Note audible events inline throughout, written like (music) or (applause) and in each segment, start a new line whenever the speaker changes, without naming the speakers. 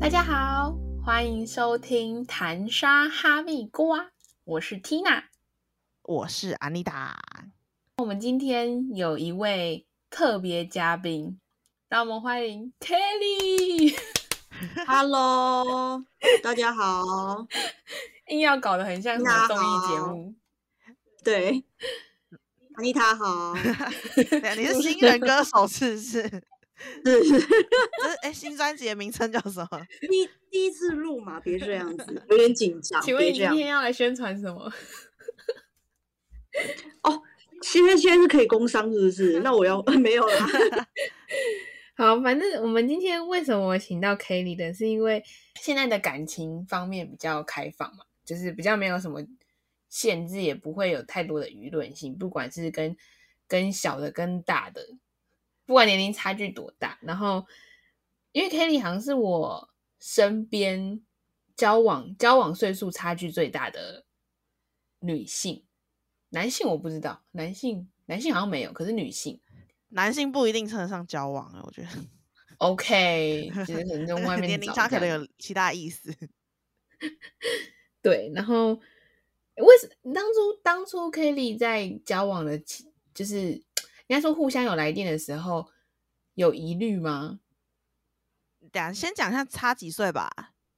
大家好，欢迎收听《谈沙哈密瓜》，我是 Tina。
我是安
(laughs)
妮达。
我们今天有一位特别嘉宾，让我们欢迎 Kelly。 (laughs)
Hello，大家好。
硬要搞得很像什么综艺节目，
对，安妮
(laughs)
塔好，
等啊下你是新人歌手是不是？
是是
这是哎，新专辑的名称叫什么？
第第一次录嘛，别这样
(laughs)
子，有点紧张。
请问
别
你今
这样
天要来宣传什么？
现在现在是可以工商是
(laughs)
不是？那我要 (laughs) 没有啦。
好，反正我们今天为什么我请到 Kelly 的，是因为现在的感情方面比较开放嘛，就是比较没有什么限制，也不会有太多的舆论性，不管是跟跟小的跟大的，不管年龄差距多大。然后，因为 Kelly 好像是我身边交往交往岁数差距最大的女性，男性我不知道，男性男性好像没有，可是女性。
男性不一定称得上交往，啊我觉得
OK，就是可
(laughs)
能在外面
年龄
找
差可
这
能
样
有其他意思。 (laughs)
对，然后为什当初当初 Kelly 在交往的期，就是应该说互相有来电的时候有疑虑吗？
等下先讲一下差几岁吧。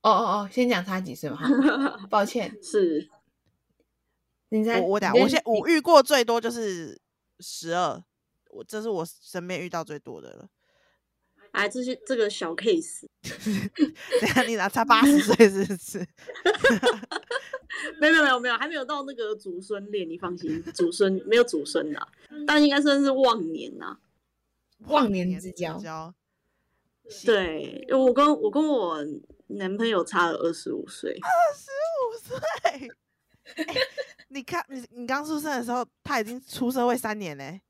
哦哦哦，先讲差几岁嘛，好
(laughs)
抱歉，
是
你
我
在
我等下
你
我
在
先我遇过最多就是十二，我这是我身边遇到最多的了。 (laughs)
哎，这是这个小 case，
等下你拿差八十岁是不是？
没有没有没有没有，还没有到那个祖孙恋，你放心， (laughs) 祖孙没有祖孙的，但应该算是忘年呐。
忘年之交
交
对，我跟我跟我男朋友差了二十五岁，
五岁。哎你看你你刚出生的时候，他已经出社会三年嘞、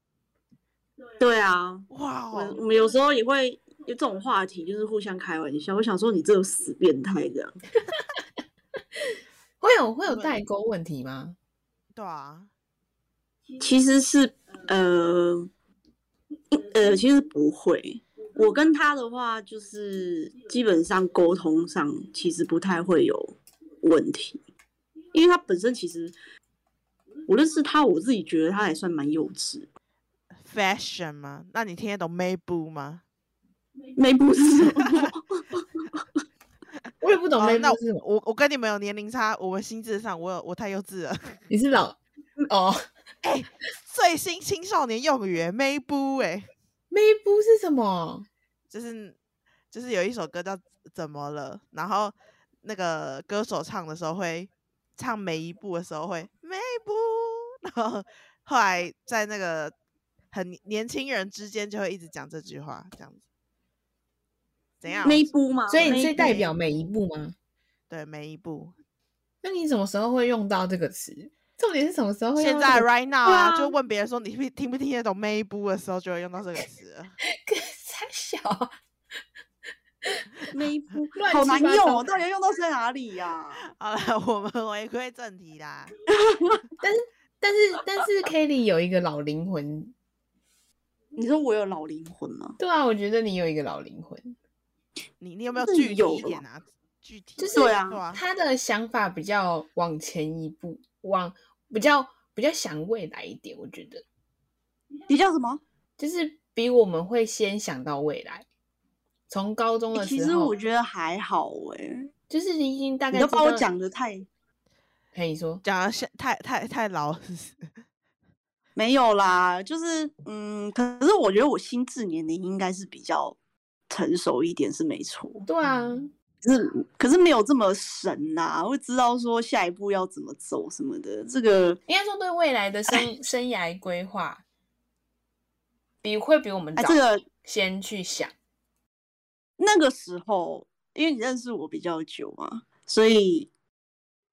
对啊，
哇
我
哦！
我们有时候也会有这种话题，就是互相开玩笑。我想说你这个死变态这样，
会有会有
对
代沟问题吗？
对啊，
其实是呃呃，其实不会。我跟他的话，就是基本上沟通上其实不太会有问题，因为他本身其实我认识他，我自己觉得他还算蛮幼稚。
fashion 吗？那你听得懂 Maybu 吗？
没不是什么 (laughs)
我也不懂
哦
妹夫
那
是什么，
我我跟你们有年龄差，我们心智上我有我太幼稚了。 (laughs)
你是老
嗯
哦，
最新青少年用语欸，Maybu 哎、
妹夫是什么？
就是就是有一首歌叫《怎么了》，然后那个歌手唱的时候会唱每一步的时候会 Maybu，然 (laughs) 后后来在那个很年年轻人之间就会一直讲这句话，这样子。怎样？
没不
啊
嘛，
所以
没
所以代
不
表每一步吗？
对，每一步。
那你什么时候会用到这个词？重点是什么时候会
现
用到
在
这个
right now
对
啊，就
啊
问别人说你听不听得懂 Maybu 的时候，就会用到这个词了。
歌 (laughs) 太小啊，
没不
乱
好
七
难
八
用
糟
哦，到底要用到在哪里呀、
好了， (laughs) 我们回归正题啦。
但是但是 Kelly 有一个老灵魂，
你说我有老灵魂吗？
对啊，我觉得你有一个老灵魂，
你你有没有
是
具体
有
一
啦
点啊？具体
就是
对啊
对啊，
他的想法比较往前一步，往比较比较想未来一点，我觉得
你叫什么？
就是比我们会先想到未来。从高中的
其
时
实
候，
我觉得还好哎、
就是你已经大概
你都
知
把我
道，
讲的太
嘿，你说
讲的像太太太老了，
(laughs)
是不是
没有啦，就是嗯，可是我觉得我心智年龄应该是比较成熟一点是没错，
对啊，
可是可是没有这么神呐、会知道说下一步要怎么走什么的。这个
应该说对未来的
哎
生生涯规划，比会比我们
哎，
早
这个
先去想，
那个时候，因为你认识我比较久嘛，所以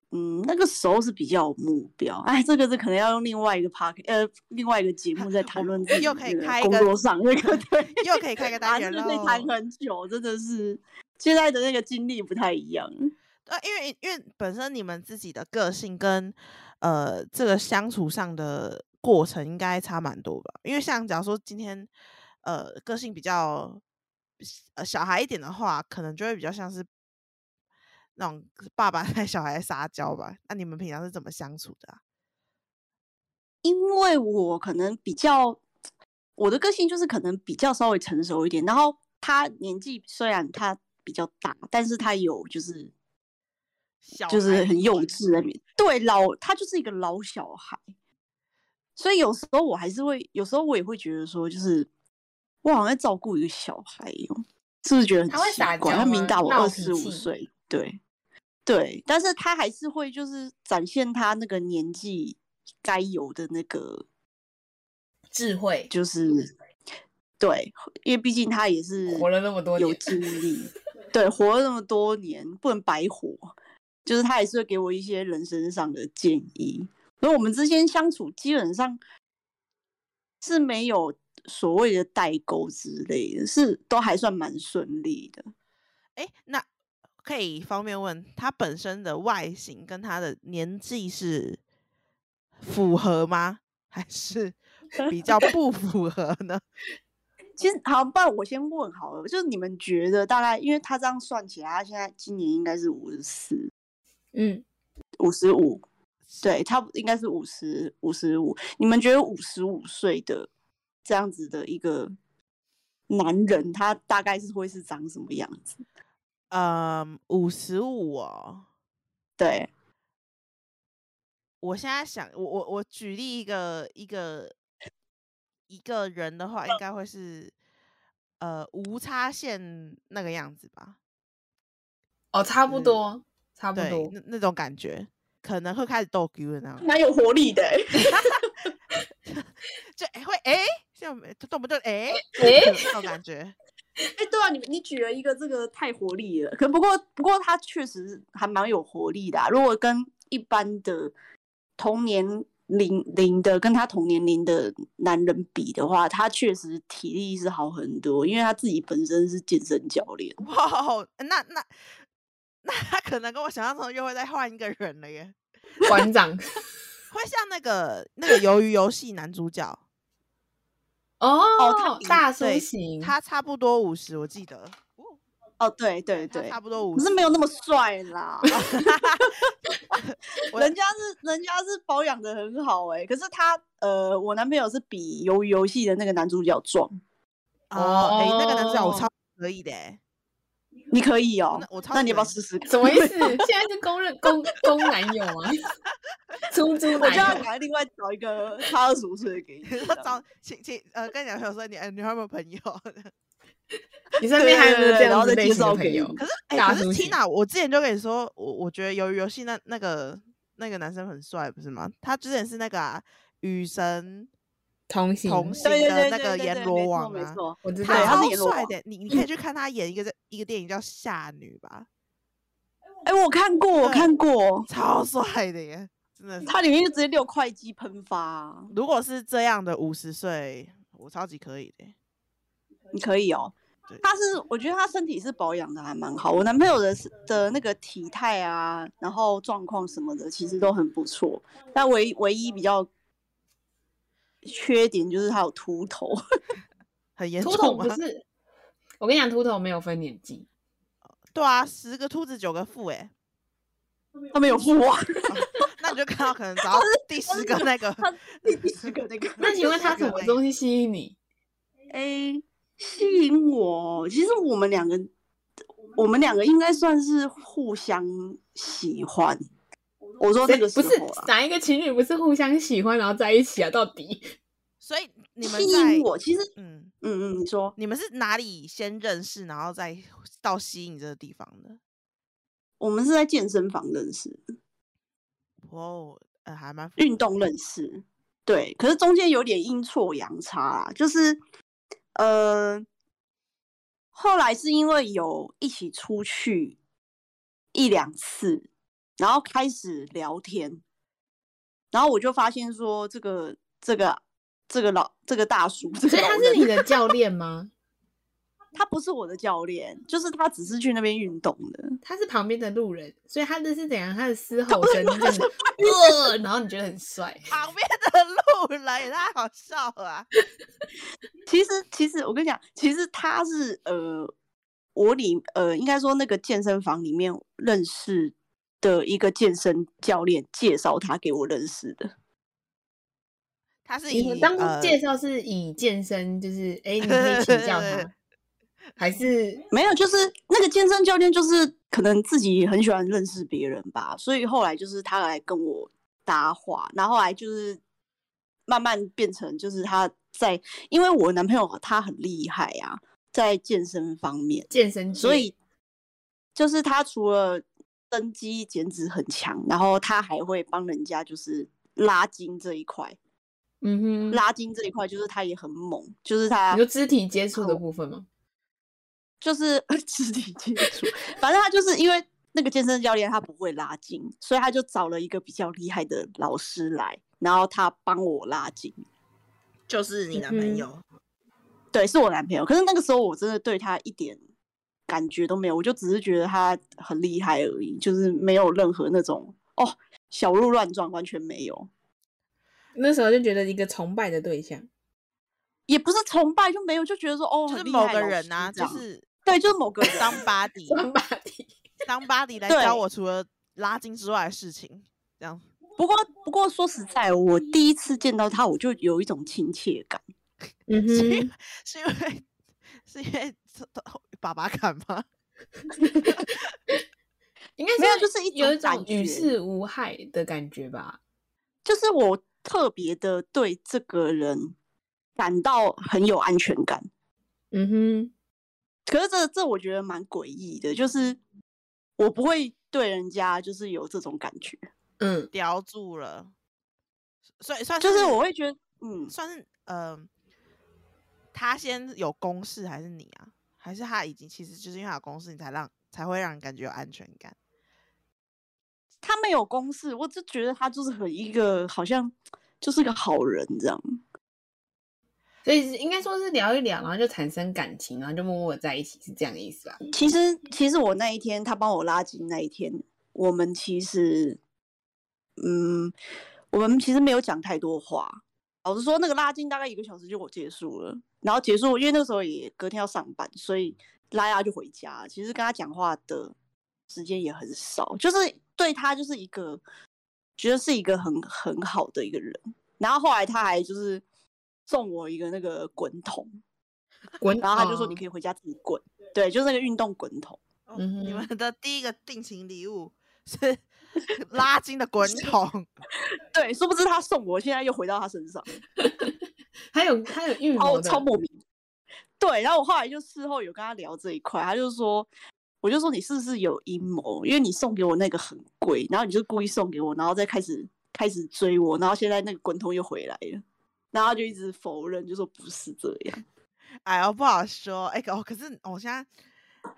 嗯，那个时候是比较有目标。哎，这个是可能要用另外一个 park 呃，另外一个节
(laughs)
目在谈
我
论
们
自
(laughs)
己
又可以
那个
开一
工
个
作上那个对。
(laughs) 又可以开个
啊，
单
这
元
个
了。
可以谈很久，真的是现在的那个经历不太一样。
呃，因为因为本身你们自己的个性跟呃这个相处上的过程应该差蛮多吧？因为像假如说今天呃个性比较呃小孩一点的话，可能就会比较像是那种爸爸带小孩撒娇吧？那你们平常是怎么相处的、啊？
因为我可能比较我的个性就是可能比较稍微成熟一点，然后他年纪虽然他比较大，但是他有就是
小
就是
孩
很
子
幼
玩
稚那边，对老他就是一个老小孩，所以有时候我还是会，有时候我也会觉得说，就是我好像在照顾一个小孩哟、是不是觉得很
他会
奇
撒
怪？
娇
他明
吗
大我
闹
二
脾
十五
气
岁，对对，但是他还是会就是展现他那个年纪该有的那个，
智慧
就是对，因为毕竟他也是
活了那么多
有
年，
经历， (laughs) 对，活了那么多年，不能白活。就是他还是会给我一些人生上的建议，所以我们之间相处基本上是没有所谓的代沟之类的，是都还算蛮顺利的。
哎，那可以方便问他本身的外形跟他的年纪是符合吗？还
(laughs)
是比较不符合呢？
其实好，不然我先问好了，就是你们觉得大概，因为他这样算起来，他现在今年应该是五十四、
嗯，
五十五，对，差不应该是五十五十五。你们觉得五十五岁的这样子的一个男人，他大概是会是长什么样子？
嗯，五十五哦。
对，
我现在想，我我我举例一个一个一个人的话，应该会是呃无擦线那个样子吧？
哦，差不
嗯
多，差不
对
多，，
那那种感觉可能会开始逗 Q 的
(laughs)
那种。
蛮有活力的欸、
就哎、会哎、像没动不动哎
哎
那种感觉。
(laughs) 哎、对啊，你你举了一个这个太活力了，可不过不过他确实还蛮有活力的啊、如果跟一般的同年龄龄的跟他同年龄的男人比的话，他确实体力是好很多，因为他自己本身是健身教练。
(laughs) 哇，哦那那那他可能跟我想象中又会再换一个人了耶，
馆
(laughs)
长
会像那个那个鱿鱼游戏男主角，
哦
他比
大叔
对
型，
他差不多五十，我记得。哦
哦，对对
他
对，
差不多五
可
十
是。没有那么帅 (laughs) 啦，
我
人家是人家是保养的很好哎、可是他呃，我男朋友是比鱿鱼游戏的那个男主角壮，
哦，哎、那个男主角我
哦
超可以的耶，
你可以哦、
那我超
那你要不要
喜
试试看？ (laughs)
什么意思？现在是公认公公男友啊， (laughs) 出租
我就要
男友，
赶快另外找一个差二十五岁的给你这
(laughs) 我
样。
找请请呃跟你男朋友说你呃你还有没有朋
(laughs)
友？
哎
你身
对
边还有
对
没有
对
这
然
样
后
子
再
类
介
型的
绍
朋
给
友？
你
可是哎、
大
可是
叔型
Tina，我之前就跟你说，我我觉得由于游戏那那个那个男生很帅，不是吗？他之前是那个、啊、雨神
同行，
同行
对对
的
对
那
对
个
对
阎
对
罗
没错
王
没
啊，
错，
我知道
对他
超
是阎嗯罗
帅
王
的。你你可以去看他演一个一个电影叫《夏女》吧，
哎、我看过，我
对
看过，
超帅的耶，真
(laughs)
的是。
它里面就直接六块肌喷发啊，
如果是这样的五十岁，我超级可以的耶。
你可以哦
对。
他是，我觉得他身体是保养的还蛮好。我男朋友的是的那个体态啊，然后状况什么的，其实都很不错。但唯唯一比较缺点就是他有秃头，
很严
秃头
重啊
不
吗？
是，我跟你讲，秃头没有分年纪，
对啊，十个秃子九个富
(laughs)
哎，
他没有腹 (laughs) 啊，
那你就看到可能找到第十个那个，
他第第十个那个。
那请问他什
那个
么东西吸引你？
诶、哎吸引我，其实我们两个，我们两个应该算是互相喜欢。我说那
哎
个时
不是
候啊啦，
哪一个情侣不是互相喜欢然后在一起啊？到
(laughs)
底
所以你们
吸
在
引我，其实，
嗯，
嗯嗯，你说，
你们是哪里先认识，然后再到吸引这个地方的？
我们是在健身房认识的，
哦，呃，还蛮 (laughs)
运动认识，对，可是中间有点阴错阳差啊，就是呃，后来是因为有一起出去一两次，然后开始聊天，然后我就发现说这个这个这个老这个大叔，这
所
个
以他
老
是
人
你的教练吗？
他不是我的教练，就是他只是去那边运动的，
他是旁边的路人，所以他的是怎样？他的嘶吼声这样子， (laughs) 呃，然后你觉得很
(laughs)
帅，
旁边的路人也太好笑了啊、
其实，其实我跟你讲，其实他是呃，我里呃，应该说那个健身房里面认识的一个健身教练介绍他给我认识的。
他是
你
以
们当初
呃
介绍是以健身，就是哎、你可以请教
(laughs)
他，还是
没有，就是那个健身教练，就是可能自己很喜欢认识别人吧，所以后来就是他来跟我搭话，然后后来就是慢慢变成就是他在，因为我男朋友他很厉害啊，在健身方面，
健身界？
所以就是他除了增肌减脂很强，然后他还会帮人家就是拉筋这一块，
嗯哼，
拉筋这一块就是他也很猛，就是他
你说肢体接触的部分吗？
就是 (laughs) 肢体接触，反正他就是因为那个健身教练他不会拉筋，所以他就找了一个比较厉害的老师来，然后他帮我拉筋。
就是你男
嗯
朋友，
对，是我男朋友。可是那个时候我真的对他一点感觉都没有，我就只是觉得他很厉害而已，就是没有任何那种哦小鹿乱撞，完全没有，
那时候就觉得一个崇拜的对 (laughs) 象，
也不是崇拜，就没有，就觉得说哦，
就是
很厉
某
害
个
老
人
师
呐、就
这样
是
对，就是某个人。
当
(laughs)
body
(laughs)
双 body
当 body 来教
对
我除了拉筋之外的事情，这样
不过不过说实在，我第一次见到他，我就有一种亲切感。
嗯哼，
是因为是因为这爸爸感吗？ (laughs)
应该
没有
说
就是一
有
种
一种
感
与
觉
世无害的感觉吧。
就是我特别的对这个人感到很有安全感。
嗯哼，
可是这这我觉得蛮诡异的，就是我不会对人家就是有这种感觉，
嗯，
叼住了，所以算
就是我会觉得，嗯，
算是呃，他先有公式还是你啊？还是他已经其实就是因为他有公式，你才让才会让你感觉有安全感？
他没有公式，我就觉得他就是很一个好像就是个好人这样。
所以是应该说是聊一聊，然后就产生感情，然后就默默地在一起，是这样的意思吧？
其实其实我那一天他帮我拉筋那一天，我们其实，嗯，我们其实没有讲太多话。老实说，那个拉筋大概一个小时就我结束了，然后结束，因为那个时候也隔天要上班，所以拉拉就回家。其实跟他讲话的时间也很少，就是对他就是一个觉得是一个很很好的一个人。然后后来他还就是送我一个那个滚筒，
滚，
然后他就说
哦
你可以回家自己滚，对，就是那个运动滚筒。
哦
嗯
你
哼
们的第一个定情礼物是 (laughs) 拉筋的滚筒，
对，殊不知他送我，现在又回到他身上，
还有还有预谋
哦，
的，
超莫名。对，然后我后来就事后有跟他聊这一块，他就说，我就说你是不是有阴谋？因为你送给我那个很贵，然后你就故意送给我，然后再开始开始追我，然后现在那个滚筒又回来了，然后他就一直否认，就说不是这样。
哎呦不好说，哎、哦，可是我、现在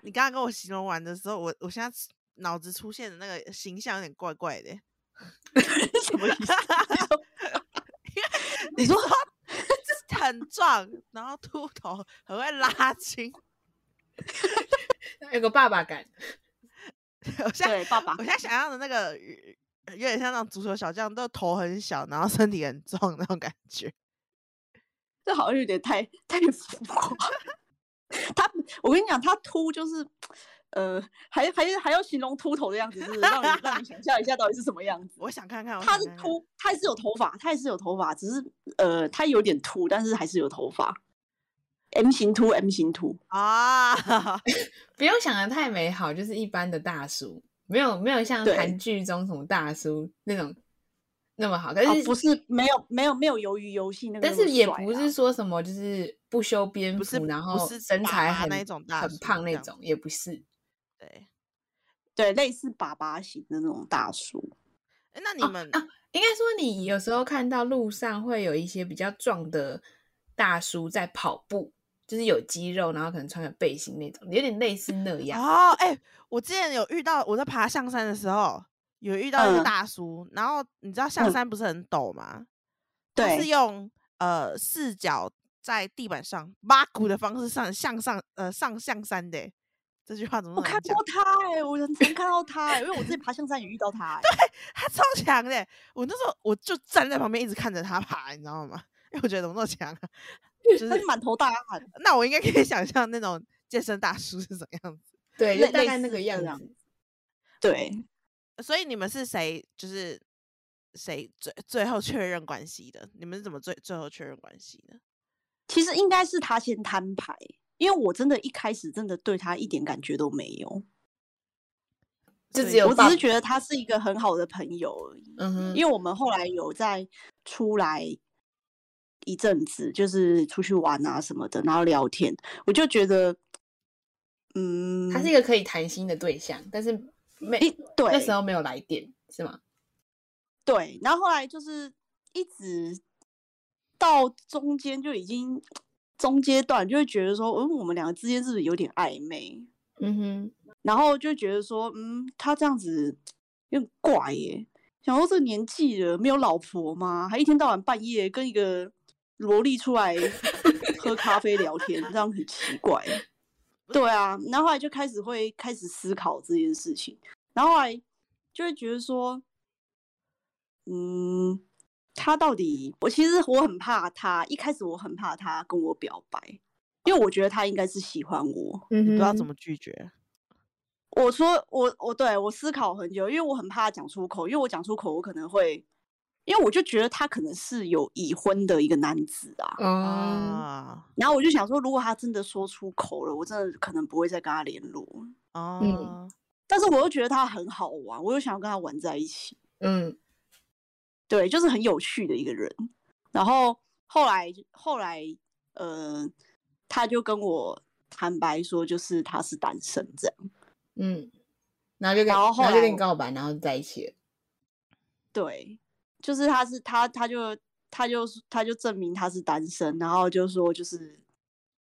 你刚刚跟我形容完的时候，我我现在脑子出现的那个形象有点怪怪的欸、
(laughs) 什么意
(laughs)
思？你说
就是很壮，然后秃头，很会拉筋。
有个爸爸感，
我现在
对爸
(laughs)
爸
我现在想象的那个有点像那种足球小将，都头很小，然后身体很壮那种感觉。
这好像有点太太浮夸。他，我跟你讲，他秃就是，呃，还还还要形容秃头的样子，是让你让你想象一下到底是什么样子。
我想看看，我
他
想
是
看看，
秃，他还是有头发，他还是有头发，只是呃，他有点秃，但是还是有头发。M 型秃，M 型秃，
啊，
(laughs)
不用想的太美好，就是一般的大叔，没有没有像
对
韩剧中什么大叔那种那么好，可
哦
是，
不是没有没有没有鱿鱼游戏那个
但
那么帅啦，
是也不是说什么就是不修边
不是
幅，然
不
后
是
身
爸
材
爸
很
那一种大
很
叔
胖
这
那
样
种，也不是。
对，
对类似爸爸型的那种大叔。
诶哎那你们、
啊应该说，你有时候看到路上会有一些比较壮的大叔在跑步，就是有肌肉，然后可能穿个背心那种，有点类似那样。
哦，哎、我之前有遇到，我在爬象山的时候有遇到一个
嗯
大叔，然后你知道象
嗯
山不是很陡吗？他是
对，
用呃四脚在地板上挖苦的方式上向上呃上象山的欸、这句话怎么
我
那么难
看
讲
过？他哎、我很常看到他、欸，因为我自己爬象山也遇到他、欸。
他超强的欸、我那时候我就站在旁边一直看着他爬，你知 (laughs) 道吗？因为我觉得怎么那么强啊？就
他是
是
满头大汗，
那我应该可以想象那种健身大叔是怎样子。
对，就
类
大
类
概那
似
个
这
样
样
子。
对，
所以你们是谁？就是谁最最后确认关系的？你们是怎么最最后确认关系的？
其实应该是他先摊牌，因为我真的一开始真的对他一点感觉都没有，
就
对
只有
我只
爸
是觉得他是一个很好的朋友而已。
嗯哼，
因为我们后来有在出来一阵子，就是出去玩啊什么的，然后聊天，我就觉得，嗯，
他是一个可以谈心的对象，但是没
一对
那时候没有来电是吗？
对，然后后来就是一直到中间就已经中阶段，就会觉得说，嗯，我们两个之间是不是有点暧昧？
嗯哼，
然后就觉得说，嗯，他这样子有点怪耶。想说这年纪了，没有老婆吗？还一天到晚半夜跟一个萝莉出来喝咖啡聊天，这样很奇怪。对啊，然后后来就开始会开始思考这件事情，然后后来就会觉得说，嗯，他到底……我其实我很怕他，一开始我很怕他跟我表白，因为我觉得他应该是喜欢我。
嗯
你
哼，
不知道怎么拒绝，
我说我我对我思考很久，因为我很怕讲出口，因为我讲出口我可能会，因为我就觉得他可能是有已婚的一个男子啊，
哦，
啊
然后我就想说，如果他真的说出口了，我真的可能不会再跟他联络。
啊！
嗯
但是我又觉得他很好玩，我又想要跟他玩在一起，
嗯
对，就是很有趣的一个人。然后后来后来呃，他就跟我坦白说，就是他是单身这样。
嗯，然后就跟
然后后
就
来
跟你
我
告白，然后就在一起了。
对，就是他是他，他就他就是他就证明他是单身，然后就说就是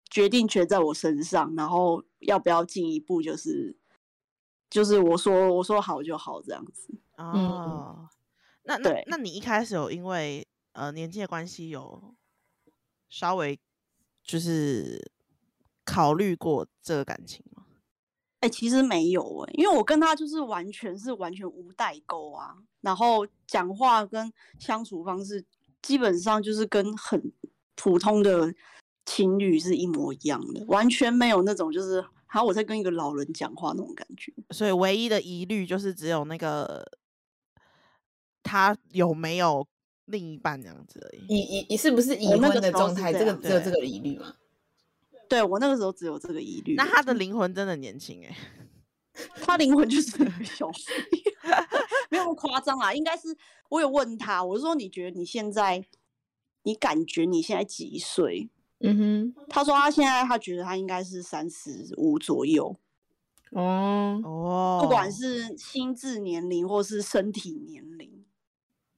决定权在我身上，然后要不要进一步就是就是我说我说好就好这样子。
嗯
哦，那那
对
那你一开始有因为呃年纪的关系有稍微就是考虑过这个感情吗？
哎、其实没有哎、因为我跟他就是完全是完全无代沟啊，然后讲话跟相处方式基本上就是跟很普通的情侣是一模一样的，完全没有那种就是好像我在跟一个老人讲话那种感觉。
所以唯一的疑虑就是只有那个他有没有另一半这样子而已。
已已已是不是已
我那
婚
个
的
时候
状
是
态？
这
这个
样
只有这
对
个疑虑吗？
对我那个时候只有这个疑虑。
那他
嗯
的灵魂真的年轻哎、
他灵魂就是很小气， (laughs) 没有那么夸张啦。应该是我有问他，我说你觉得你现在，你感觉你现在几岁？
嗯
他说他现在他觉得他应该是三十五左右，
哼，哦，
哦，
不管是心智年龄或是身体年龄，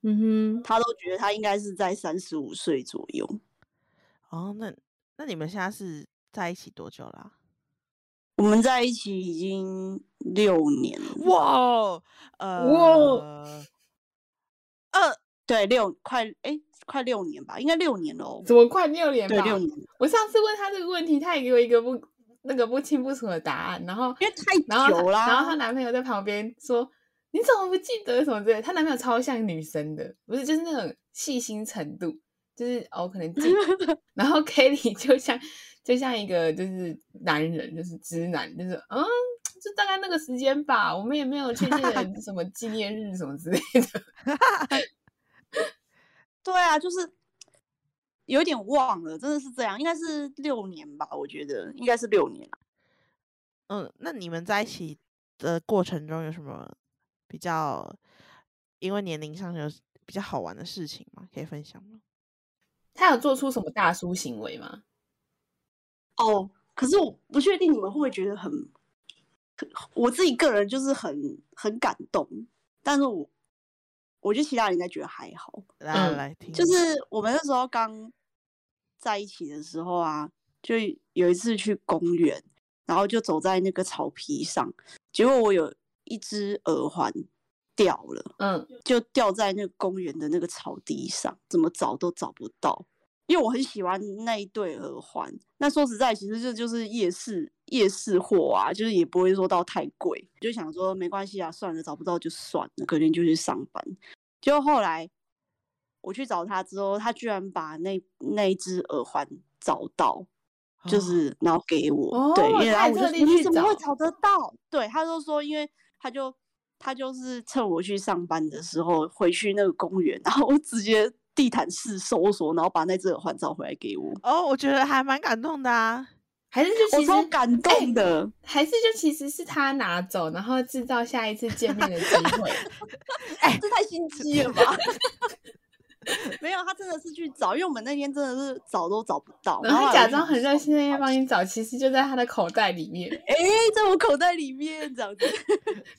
嗯哼，
他都觉得他应该是在三十五岁左右。
哦，那那你们现在是在一起多久啦、
(laughs)
我们在一起已经六年了，
(laughs) 哇，呃，二
对，六快哎、快六年吧，应该六年了哦。
怎么快六年吧
对，？六年，
我上次问他这个问题，他也给我一个不那个不清不楚的答案，然后
因为太
然后
久啦。
她然后她男朋友在旁边说：“你怎么不记得什么之类的？”她男朋友超像女生的，不是就是那种细心程度，就是哦可能记得。
(laughs)
然后 Kelly 就像就像一个就是男人，就是直男，就是嗯，就大概那个时间吧，我们也没有确切
(laughs)
的什么纪念日什么之类的。 (laughs)
对啊，就是有点忘了，真的是这样，应该是六年吧，我觉得应该是六年啊
嗯，那你们在一起的过程中有什么比较，因为年龄上有比较好玩的事情吗？可以分享吗？
他有做出什么大叔行为吗？
哦，可是我不确定你们会不会觉得很，我自己个人就是很很感动，但是我我觉得其他人应该觉得还好。
来来
嗯
来听，
就是我们那时候刚在一起的时候啊，就有一次去公园，然后就走在那个草皮上，结果我有一只耳环掉了。
嗯
就掉在那个公园的那个草地上，怎么找都找不到。因为我很喜欢那一对耳环，那说实在，其实这就是夜市夜市货啊，就是也不会说到太贵，就想说没关系啊，算了，找不到就算了，隔天就去上班。结果后来我去找他之后，他居然把那那一只耳环找到，就
哦
是然后给我，
哦
对，因为
他
然后
还
我就
特
说
地去
你怎么会
找
找得到？对，他就说因为他就他就是趁我去上班的时候回去那个公园，然后我直接地毯式搜索，然后把那只耳环找回来给我，
哦，我觉得还蛮感动的啊。
还是就
我
其实
超感动
哎
的。
还是就其实是他拿走，然后制造下一次见面的机会。
哎这太心机 (laughs) 了吧？没有，他真的是去找，因为我们那天真的是找都找不到，
然后他
后来
假
我就
装
去
很热心的要
找
帮你找，其实就在他的口袋里面。
哎、在我口袋里面这样子。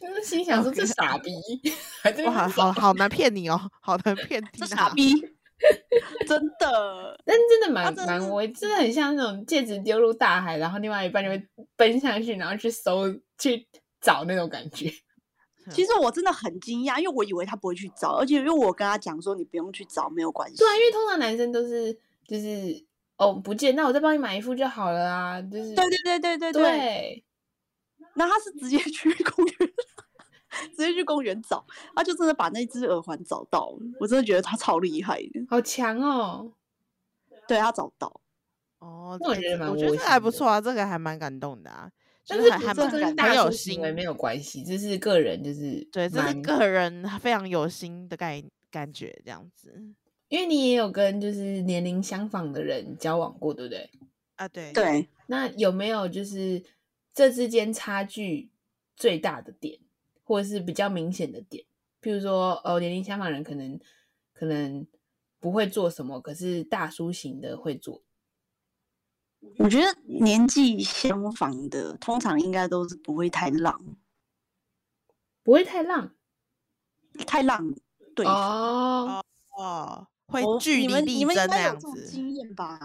就是心想说这傻 (laughs) 逼，还在那
哇，
边
好好
找。
好难骗你哦，好难骗
这
你。
傻逼，
(laughs)
真的。
但是真的蛮
啊真的
蛮
是
危，真的很像那种戒指丢入大海，然后另外一半就会奔下去，然后去搜去找那种感觉。嗯
其实我真的很惊讶，因为我以为他不会去找，而且因为我跟他讲说你不用去找，没有关系。
对啊，因为通常男生都是就是哦不见，那我再帮你买一副就好了啊，就是
对对对对对对。
对
然后他是直接去公园， (laughs) 直接去公园找，他就真的把那只耳环找到了。我真的觉得他超厉害的，
好强哦！
对他找到。
哦，
那我
哎
觉得蛮
我觉得
窝
这还
心
不
的
错啊，这个还蛮感动的啊。就
但
是
是
还还
不
这
这
蛮
跟
很
大
有
叔行
心，
为没有关系，这是个人就是
对，这是
蛮
个人非常有心的概感觉这样子
因为你也有跟就是年龄相仿的人交往过，对不对？
啊。对，
对，
那有没有就是这之间差距最大的点，或者是比较明显的点？譬如说，哦，年龄相仿的人可能可能不会做什么，可是大叔型的会做。
我觉得年纪相仿的，通常应该都是不会太浪，
不会太浪
太浪对方。
哦，
哦，会
我
据
你
理
们
力
你们应
争那
该有
样
这种
子。
经验吧？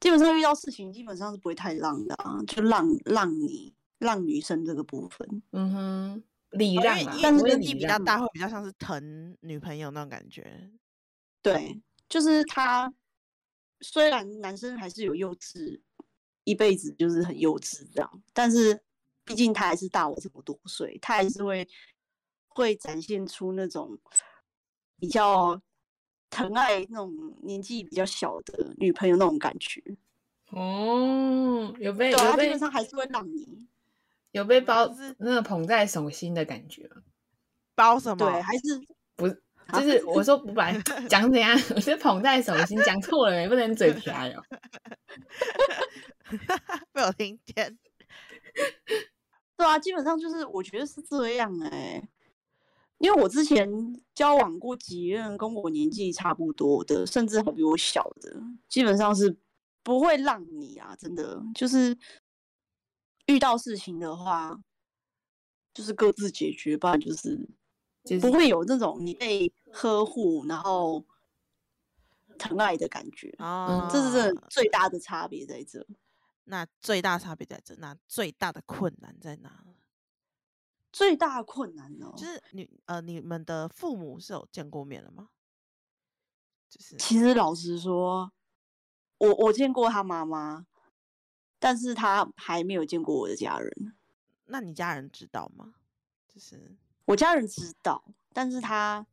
基本上遇到事情，基本上是不会太浪的啊，就浪浪你浪女生这个部分。
嗯哼，礼
哦
让
因为
啊，
因
不
为
会
年纪
礼
比较
让
大，会比较像是疼女朋友那种感觉。
对，就是他虽然男生还是有幼稚，一辈子就是很幼稚这样，但是毕竟他还是大我这么多岁，他还是会会展现出那种比较疼爱那种年纪比较小的女朋友那种感觉。
哦，有被
对啊，
有
他基
被
本上还是会让你
有被
就
包
是
那个捧在手心的感觉吗
包什
对，
么？
还是啊
哦就是我说不白讲怎样，我是捧在手心，讲错了也不能嘴瓢哟。
被我听 (laughs) 见。
(laughs) 对啊，基本上就是我觉得是这样哎、因为我之前交往过几任跟我年纪差不多的，甚至还比我小的，基本上是不会让你啊，真的就是遇到事情的话，就是各自解决吧，就是
就是
不会有那种你被呵护然后疼爱的感觉，啊
哦，
嗯这是真的
啊
最大的差别在这。
(laughs) 那最大差别在这，那最大的困难在哪？
最大的困难哦，
就是你呃，你们的父母是有见过面了吗？就是
其实老实说，我我见过他妈妈，但是他还没有见过我的家人。
那你家人知道吗？就是
我家人知道，但是他，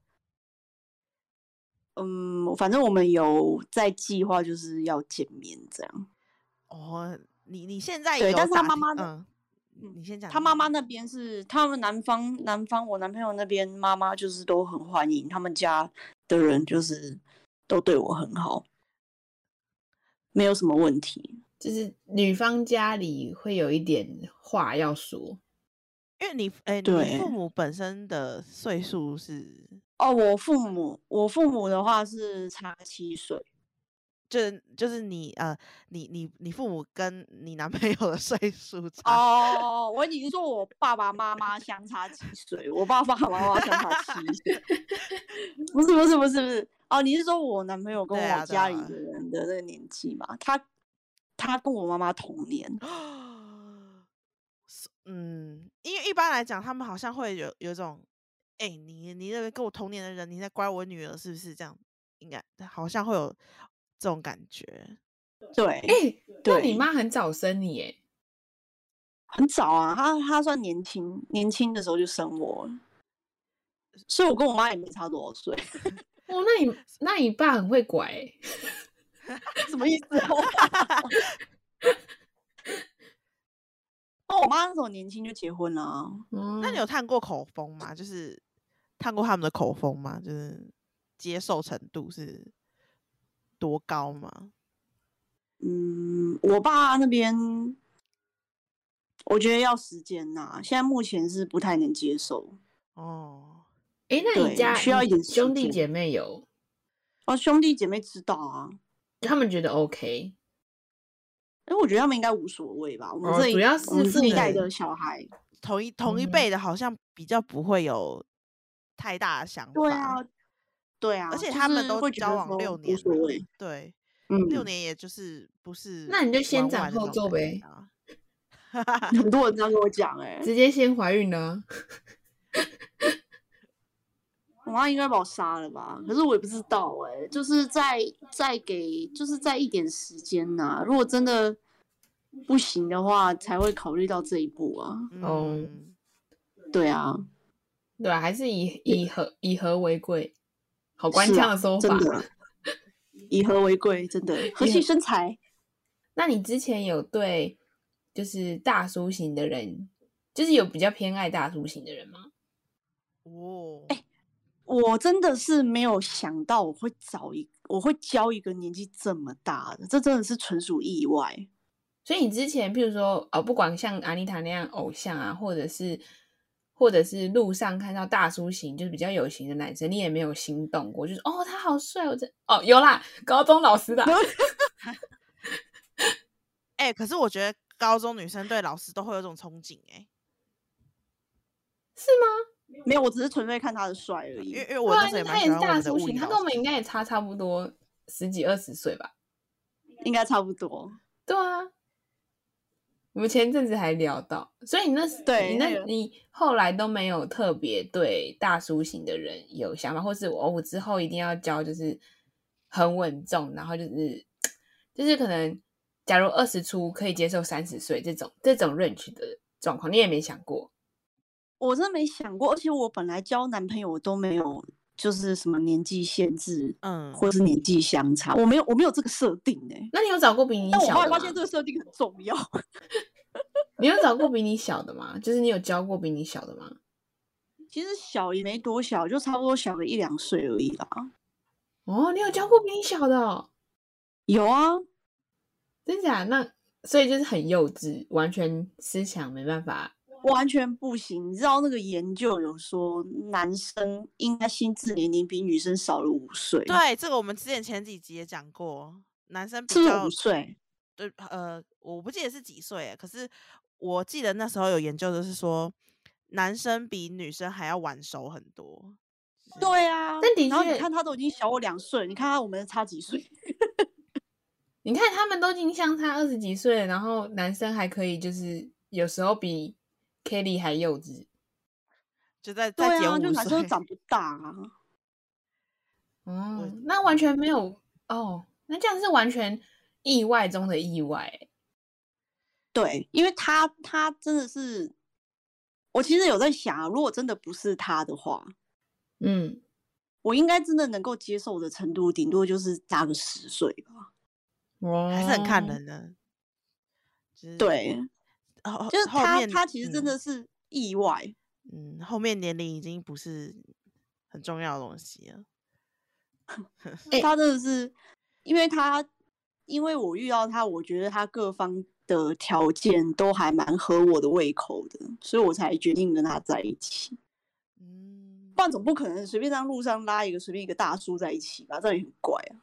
嗯，反正我们有在计划，就是要见面这样。
哦，你你现在
对
有
但是他
打
妈
听
妈的
嗯，你你先讲
他
你
妈
先
妈
讲
那边是他们南方，南方我男朋友那边妈妈就是都很欢迎，他们家的人就是都对我很好，没有什么问题。
就是女方家里会有一点话要说，
因为你哎、你
对
父母本身的岁数是，
哦，我父母，我父母的话是差七岁。
就是就是你呃，你你你父母跟你男朋友的岁数差
哦，我已经说我爸爸妈妈相差几岁，我爸爸妈妈相差七岁， (laughs) 不是不是不是不是，哦，你是说我男朋友跟
对啊
我
对
家里
啊
的人的那个年纪嘛？他他跟我妈妈同年，
是嗯，因为一般来讲，他们好像会有有一种，哎、你你这个跟我同年的人，你在乖我女儿是不是这样？应该好像会有这种感觉。
对，
哎、那
对
你妈很早生你耶，
很早啊，他他算年轻，年轻的时候就生我了，所以我跟我妈也没差多少岁。
哦，那你那你爸很会拐耶，
什么意思啊？ (laughs) 哦，我妈那时候年轻就结婚了啊，
那
那你有探过口风吗？就是探过他们的口风吗？就是接受程度是多高吗？
嗯，我爸那边，我觉得要时间呐、现在目前是不太能接受。
哦，
哎，那你
对
家
需要
你
一点时
兄弟
间
姐妹有，
哦，兄弟姐妹知道啊，
他们觉得 OK，
哎，我觉得他们应该无所谓吧。我们
哦
这一、
主要
我们
是
这
父
一代
母
的小孩，
同一同一
嗯
辈的，好像比较不会有太大的想法。
对啊，对啊，
而且
就
他们
是
都
会觉
交
得
往
说
六年
无所
了
谓。
对，
嗯，
六年也就是不是
那你就先
玩
斩
玩的
后
那
奏
种感
呗
觉啊。
很多人这样跟我讲、哎，
直接先怀孕呢、
我妈应该把我杀了吧？可是我也不知道、哎，就是再再给，就是再一点时间呐、如果真的不行的话，才会考虑到这一步啊。
哦
嗯，
对啊，
对吧、还是以以和以和为贵，好
是
官腔
啊
的说法
真。的， (laughs) 以和为贵，真的和气生财。
那你之前有对就是大叔型的人，就是有比较偏爱大叔型的人吗？
哦，
我真的是没有想到我会找一，我会交一个年纪这么大的，这真的是纯属意外。
所以你之前，譬如说，呃，不管像阿妮塔那样偶像啊，或者是或者是路上看到大叔型，就是比较有型的男生，你也没有心动过，就是哦，他好帅，我真哦有啦，高中老师啦，
啊
啊
哎、可是我觉得高中女生对老师都会有种憧憬、哎，
是吗？
没有，我只是纯粹看他的帅而
因为
已
因。为我那时
对
候
啊
也
他
蛮
也
喜
是
欢我
大
们的
叔
物理
型，他
老
跟我们
师
应该也差差不多十几二十岁吧？
应该差不多。
对啊，我们前阵子还聊到，所以你那时
对
你那
那个
你后来都没有特别对大叔型的人有想法，或是我、哦、我之后一定要交就是很稳重，然后就是就是可能假如二十出可以接受三十岁这种这种 range 的状况，你也没想过
我真的没想过，而且我本来交男朋友我都没有，就是什么年纪限制，
嗯，
或是年纪相差，我没有，我没有这个设定哎、
那你有找过比你
但我
小
后来
的吗
发？现这个设定很重要。 (laughs)
你有找过比你小的吗？就是你有教过比你小的吗？
其实小也没多小，就差不多小个一两岁而已啦。
哦，你有教过比你小的、哦，
有啊，
真假？那所以就是很幼稚，完全思想没办法
完全不行。你知道那个研究有说，男生应该心智年龄比女生少了五岁，，
对，这个我们之前前几集也讲过，男生比
是不是
较
五岁？
对，呃，我不记得是几岁欸，可是我记得那时候有研究的是说，男生比女生还要晚熟很多。
对啊，
但的
然后
确
你看他都已经小我两岁，你看他我们差
(laughs)
几岁？
你看他们都已经相差二十几岁了，然后男生还可以就是有时候比 Kelly 还幼稚
就在
对
在减
啊，就
五
男生
岁，
长不大啊。
哦，那完全没有哦，那这样是完全意外中的意外欸，
对，因为他他真的是，我其实有在想啊，如果真的不是他的话，
嗯，
我应该真的能够接受的程度，顶多就是大个十岁吧。
哦
还是很看，人的。就是，
对，
后
就是
后
他
面
他其实真的是意外。
嗯，嗯，后面年龄已经不是很重要的东西了。
欸
他真的是，因为他，因为我遇到他，我觉得他各方的条件都还蛮合我的胃口的，所以我才决定跟他在一起。
嗯
不，然总不可能随便让路上拉一个随便一个大叔在一起吧，这样也很怪啊。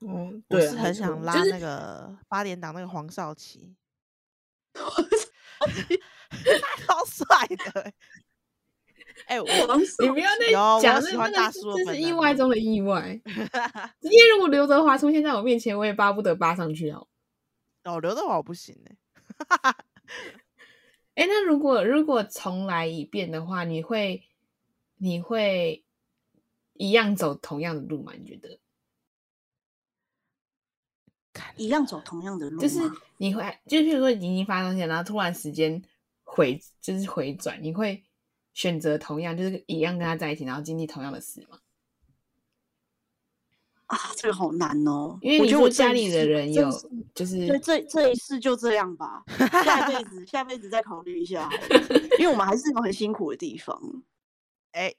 嗯，
我
对啊，
是
没
很想
错
拉
就是
那个八点档那个黄少奇， (laughs) 他超帅的欸。哎、我
你不要再
有哦我
讲
有
那
喜欢
那个
大
是
叔的
这
本
是意
能
外
啊
中的意
(laughs)
外。今天如果刘德华出现在我面前，我也巴不得扒上去哦。
哦，刘德华我不行哎、
哎，那如果如果重来一遍的话，你会你会一样走同样的路吗？你觉得？
一样走同样的路吗，
就是你会，就譬如说你已经发生线，然后突然时间回，就是回转，你会选择同样，就是一样跟他在一起，然后经历同样的事吗？
啊，这个好难哦。
因为
我
你
觉得
说
我这
家
一
里的
世
人
这一
有
世，
就是
对，这这一次就这
(laughs)
样吧，下辈子下辈子再考虑一下好了，因为我们还是有很辛苦的地方，
哎、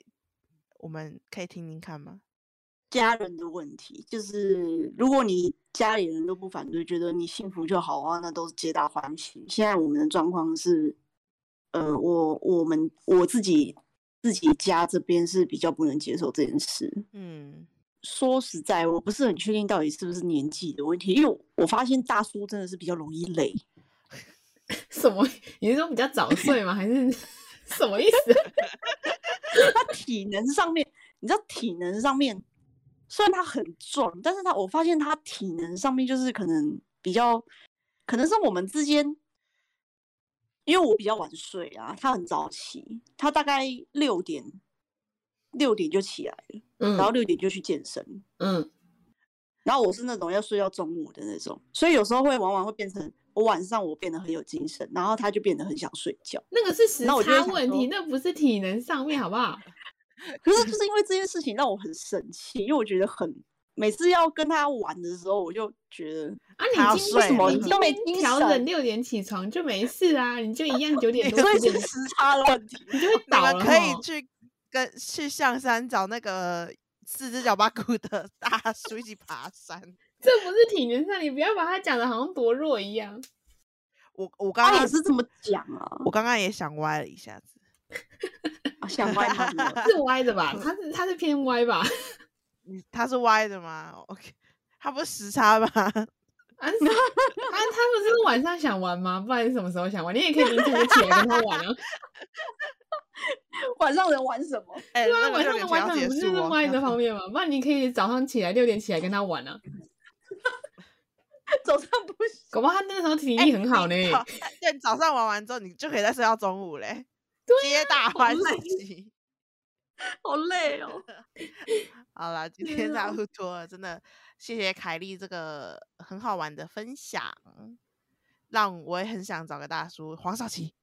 我们可以听听看吗？
家人的问题，就是如果你家里人都不反对，觉得你幸福就好啊，那都是皆大欢喜。现在我们的状况是，呃，我我们我自己自己家这边是比较不能接受这件事，
嗯，
说实在，我不是很确定到底是不是年纪的问题，因为我发现大叔真的是比较容易累。
什么？你是说比较早睡吗？
(laughs)
还是什么意思？啊
他体能上面，你知道体能上面，虽然他很壮，但是他我发现他体能上面就是可能比较，可能是我们之间，因为我比较晚睡啊，他很早起，他大概六点六点就起来了，然后
嗯
六点就去健身，
嗯，
然后我是那种要睡到中午的那种，所以有时候会往往会变成我晚上我变得很有精神，然后他就变得很想睡觉。
那个是时
那我就会
差
想
问题，
说
那不是体能上面好不好？
可是就是因为这件事情让我很生气，因为我觉得很每次要跟他玩的时候，我就觉 (laughs) 得
啊，
他要
你今
睡
天
了
你
你都没
今天
精
调
神
整六点起床就没事啊，你就一样九点多
所以
十
是
点
时差的问 (laughs) 题。
你就会
你
倒
们
了
可以
吼
去跟去象山找那个四只脚八骨的大叔一起爬山。
这不是体能上，你不要把它讲的好像多弱一样。
我我刚
他
刚
也是这么讲啊，
我刚刚也想歪了一下子，
啊想歪他什么
是歪的吧？它是它是偏歪吧？
你他是歪的吗？OK，他不是时差吗？
啊，是啊，他们是晚上想玩吗？不然是什么时候想玩？你也可以凌晨就起来跟他玩啊。
(laughs) 晚上能玩什么？ (laughs)
哎、
对啊，
(laughs) 那个
晚
六
上的玩法
点前要结
不就是
束哦。
歪
这
的
样
方面吗？不然你可以早上起来六点起来跟他玩啊。
早上不行，
搞不好他那时候体
哎
力很好呢。
你早对，早上玩完之后，你就可以再睡到中午嘞，皆
啊
大
好
欢
哦
累
喜。
好累哦。
(laughs) 好啦，今
天
天差
啊
不多了，真的谢谢凯莉这个很好玩的分享，让我也很想找个大叔黄少奇。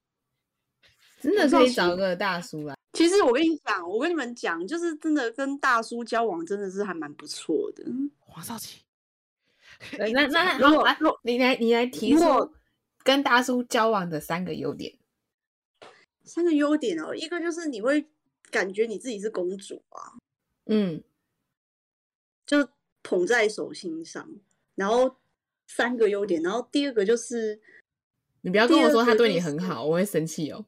真的可以找个大叔啦。
其实我跟你讲，我跟你们讲，就是真的跟大叔交往真的是还蛮不错的。
黄少奇，
呃那那
如
好
果
来
如果，
你来你来提
如
出
果
跟大叔交往的三个优点。
三个优点哦，一个就是你会感觉你自己是公主啊，
嗯，
就捧在手心上。然后三个优点，然后第二个就是
你不要跟我说
第
他
二个
对
就
你很
是
好，我会生气哦。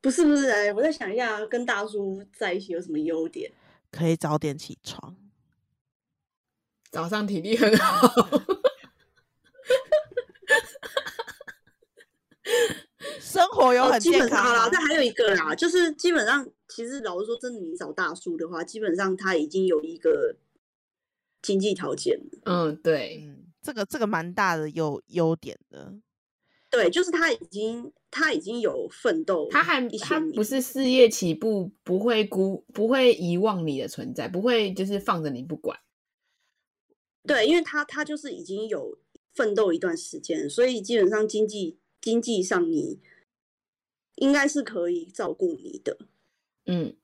不是不是，哎，我在想一下，跟大叔在一起有什么优点？
可以早点起床，
早上体力很好。 (laughs)
生活有
哦
很
基
健
本上
康啊
好
吗
啦，这？还有一个啦，就是基本上，其实老实说，真的，你找大叔的话，基本上他已经有一个经济条件了，
嗯，对，
嗯，这个这个蛮大的优优点的。
对，就是他已经他已经有奋斗，
他还
一些
他
年
不是事业起步不会孤不会遗忘你的存在，不会就是放着你不管。
对，因为他他就是已经有奋斗一段时间，所以基本上经济经济上你应该是可以照顾你的。
嗯，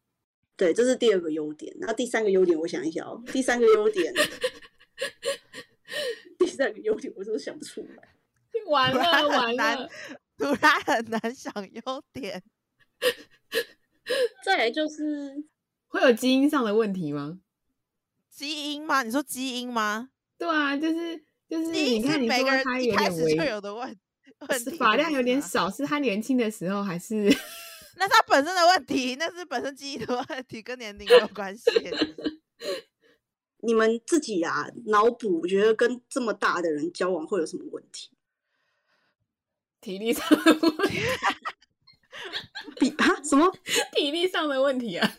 对，这是第二个优点。那第三个优点，我想一想哦，第三个优点，第三个优点我都想不出来。
完
突
了
然很
完
难 (laughs)
了，，
突然很难想优点。
再来就是
会有基因上的问题吗？
基因吗？你说基因吗？
对啊，就是就是，
基
你
因是
看你
每
说
个人
他
一
有
开
点
始就
微
有
(laughs)
的问问
是
题，
发量
不
有
是
点
吗。
少，是他年轻的时候还是？
那他本身的问题，那是本身记忆的问题，跟年龄没有
(laughs)
关系。
你们自己啊，脑补觉得跟这么大的人交往会有什么问题？
体力上的问题，
比啊什么？
体力上的问题
(laughs)
啊。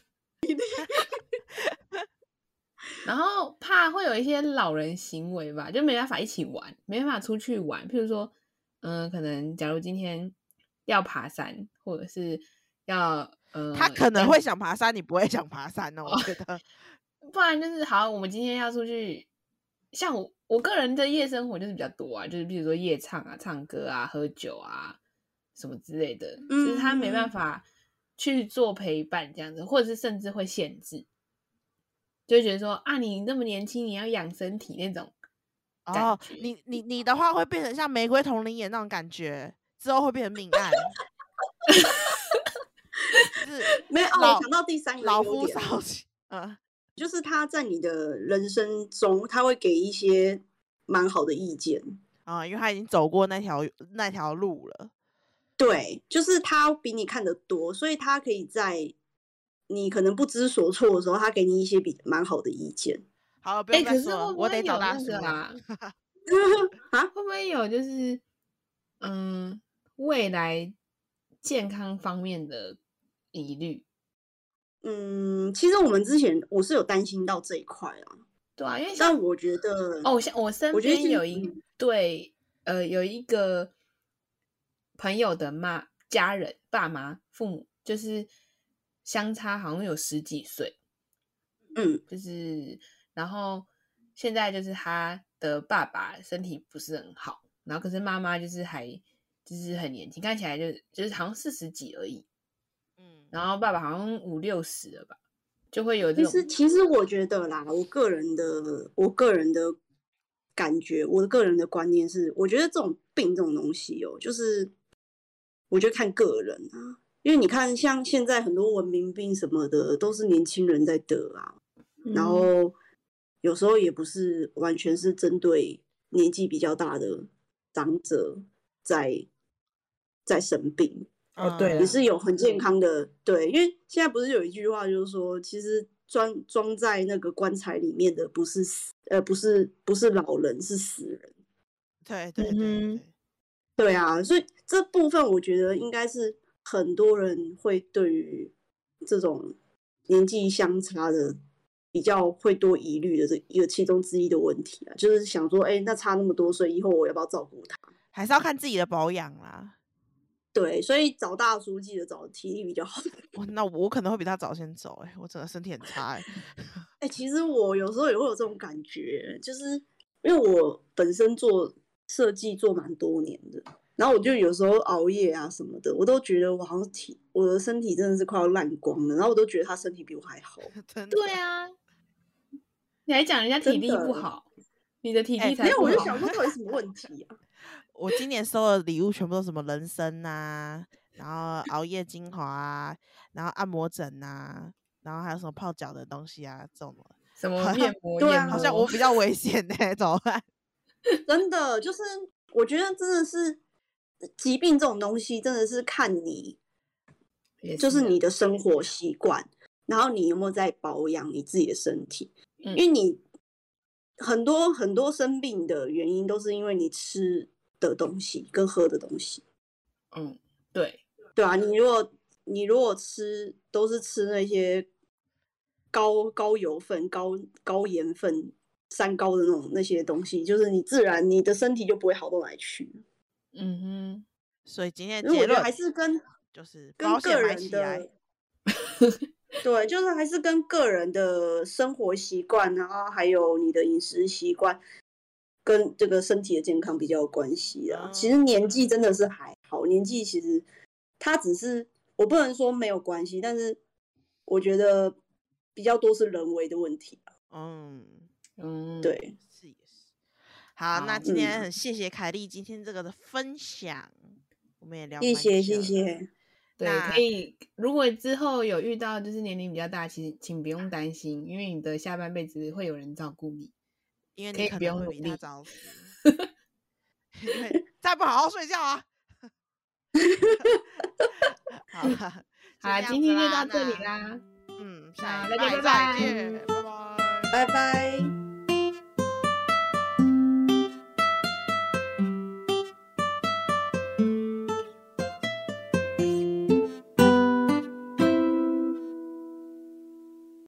然后怕会有一些老人行为吧，就没办法一起玩，没办法出去玩。譬如说，嗯、可能假如今天要爬山，或者是要呃，
他可能
要
会想爬山，你不会想爬山哦。我觉得，
不然就是好，我们今天要出去，像我我个人的夜生活就是比较多啊，就是比如说夜唱啊、唱歌啊、喝酒啊什么之类的，就是他没
嗯
办法去做陪伴这样子，或者是甚至会限制。就会觉得说啊，你那么年轻，你要养身体那种。
哦
觉，
你你你的话会变成像玫瑰同林演那种感觉，之后会变成命案，就是
(laughs)
没
哦
有，哦
老
我想到第三个
老
优
夫
点
少妻，嗯，
就是他在你的人生中，他会给一些蛮好的意见。
啊，因为他已经走过那条那条路了，
对，就是他比你看得多，所以他可以在你可能不知所措的时候，他给你一些比蛮好的意见。 (laughs)
好，不
哎、
用
可
再
是
说了，
会不
我
会
得
有
找大
那
叔
个
了。 (laughs)
啊？
啊，
会不会有就是嗯，未来健康方面的疑虑？
嗯，其实我们之前我是有担心到这一块啊，
对啊，因为像
但我觉得
哦，像我身
我觉得
边
是
有一
嗯
对呃，有一个朋友的妈家人爸妈父母就是相差好像有十几岁，
嗯
就是然后现在就是他的爸爸身体不是很好，然后可是妈妈就是还就是很年轻，看起来就是就是好像四十几而已，
嗯，
然后爸爸好像五六十了吧，就会有这
其
种
实，其实我觉得啦，我个人的，我个人的感觉，我的个人的观念是，我觉得这种病这种东西哦，就是我觉得看个人啊，因为你看，像现在很多文明病什么的，都是年轻人在得啊，
嗯
然后有时候也不是完全是针对年纪比较大的长者在在生病，
哦对
嗯
了
也是有很健康的，对，因为现在不是有一句话就是说，其实装装在那个棺材里面的不是死，呃，不是不是老人，是死人。
对对对
嗯哼
对，
对啊，所以这部分我觉得应该是很多人会对于这种年纪相差的比较会多疑虑的这一个其中之一的问题啊，就是想说，哎，那差那么多岁，以后我要不要照顾他？
还是要看自己的保养啦。
对，所以找大叔记得找体力比较好的
我那我可能会比他早先走、欸，哎，我真的身体很差、欸， (laughs)
哎、其实我有时候也会有这种感觉，就是因为我本身做设计做蛮多年的，然后我就有时候熬夜啊什么的，我都觉得我好像体我的身体真的是快要烂光了，然后我都觉得他身体比我还好。
真的。
对啊，你还讲人家体
嗯真
力
的
不好，你的体
哎
力才
没有，
不
我就
好
想说到底什么问题啊？ (laughs)
我今年收的礼物全部都是什么人参呐、然后熬夜精华啊，然后按摩枕呐、然后还有什么泡脚的东西啊，这种的
什么
好像
面膜，
对
眼
啊
好像
膜
我比较危险呢、 (laughs) 欸，怎么办？
真的就是，我觉得真的是呃疾病这种东西，真的是看你
也
就是
啊
你的生活习惯，然后你有没有在保养你自己的身体，
嗯
因为你很多很多生病的原因都是因为你吃的东西跟喝的东西，
嗯，对，
对啊，你如果你如果吃都是吃那些高高油分、高高盐分、三高的那种那些东西，就是你自然你的身体就不会好到哪里去。
嗯哼，
所以今天
因
的
为我
结
觉得
论
还是跟
就是保
跟
险
个
买
人
起来 (laughs)
的，对，就是还是跟个人的生活习惯，然后还有你的饮食习惯，跟这个身体的健康比较有关系啊。其实年纪真的是还好，年纪其实它只是我不能说没有关系，但是我觉得比较多是人为的问题啊。
嗯，
嗯，，
对，
是也是。好，那
好
今天
嗯
很谢谢凯莉今天这个的分享，我们也聊
谢
蛮
谢谢
久的
谢，
对，
那
可以。如果之后有遇到就是年龄比较大，其实请不用担心，因为你的下半辈子会有人照顾你。
因为
可
你
以
可
不
能
用
会
努
比他
力
早死， (laughs) 因为再不好好睡觉啊。 (laughs) 好了， (laughs)
好啦，
这样
今
子
天就
啦
到这里
那
啦。
嗯，下
好
一
大家
拜
拜拜
再见，拜拜。
拜拜。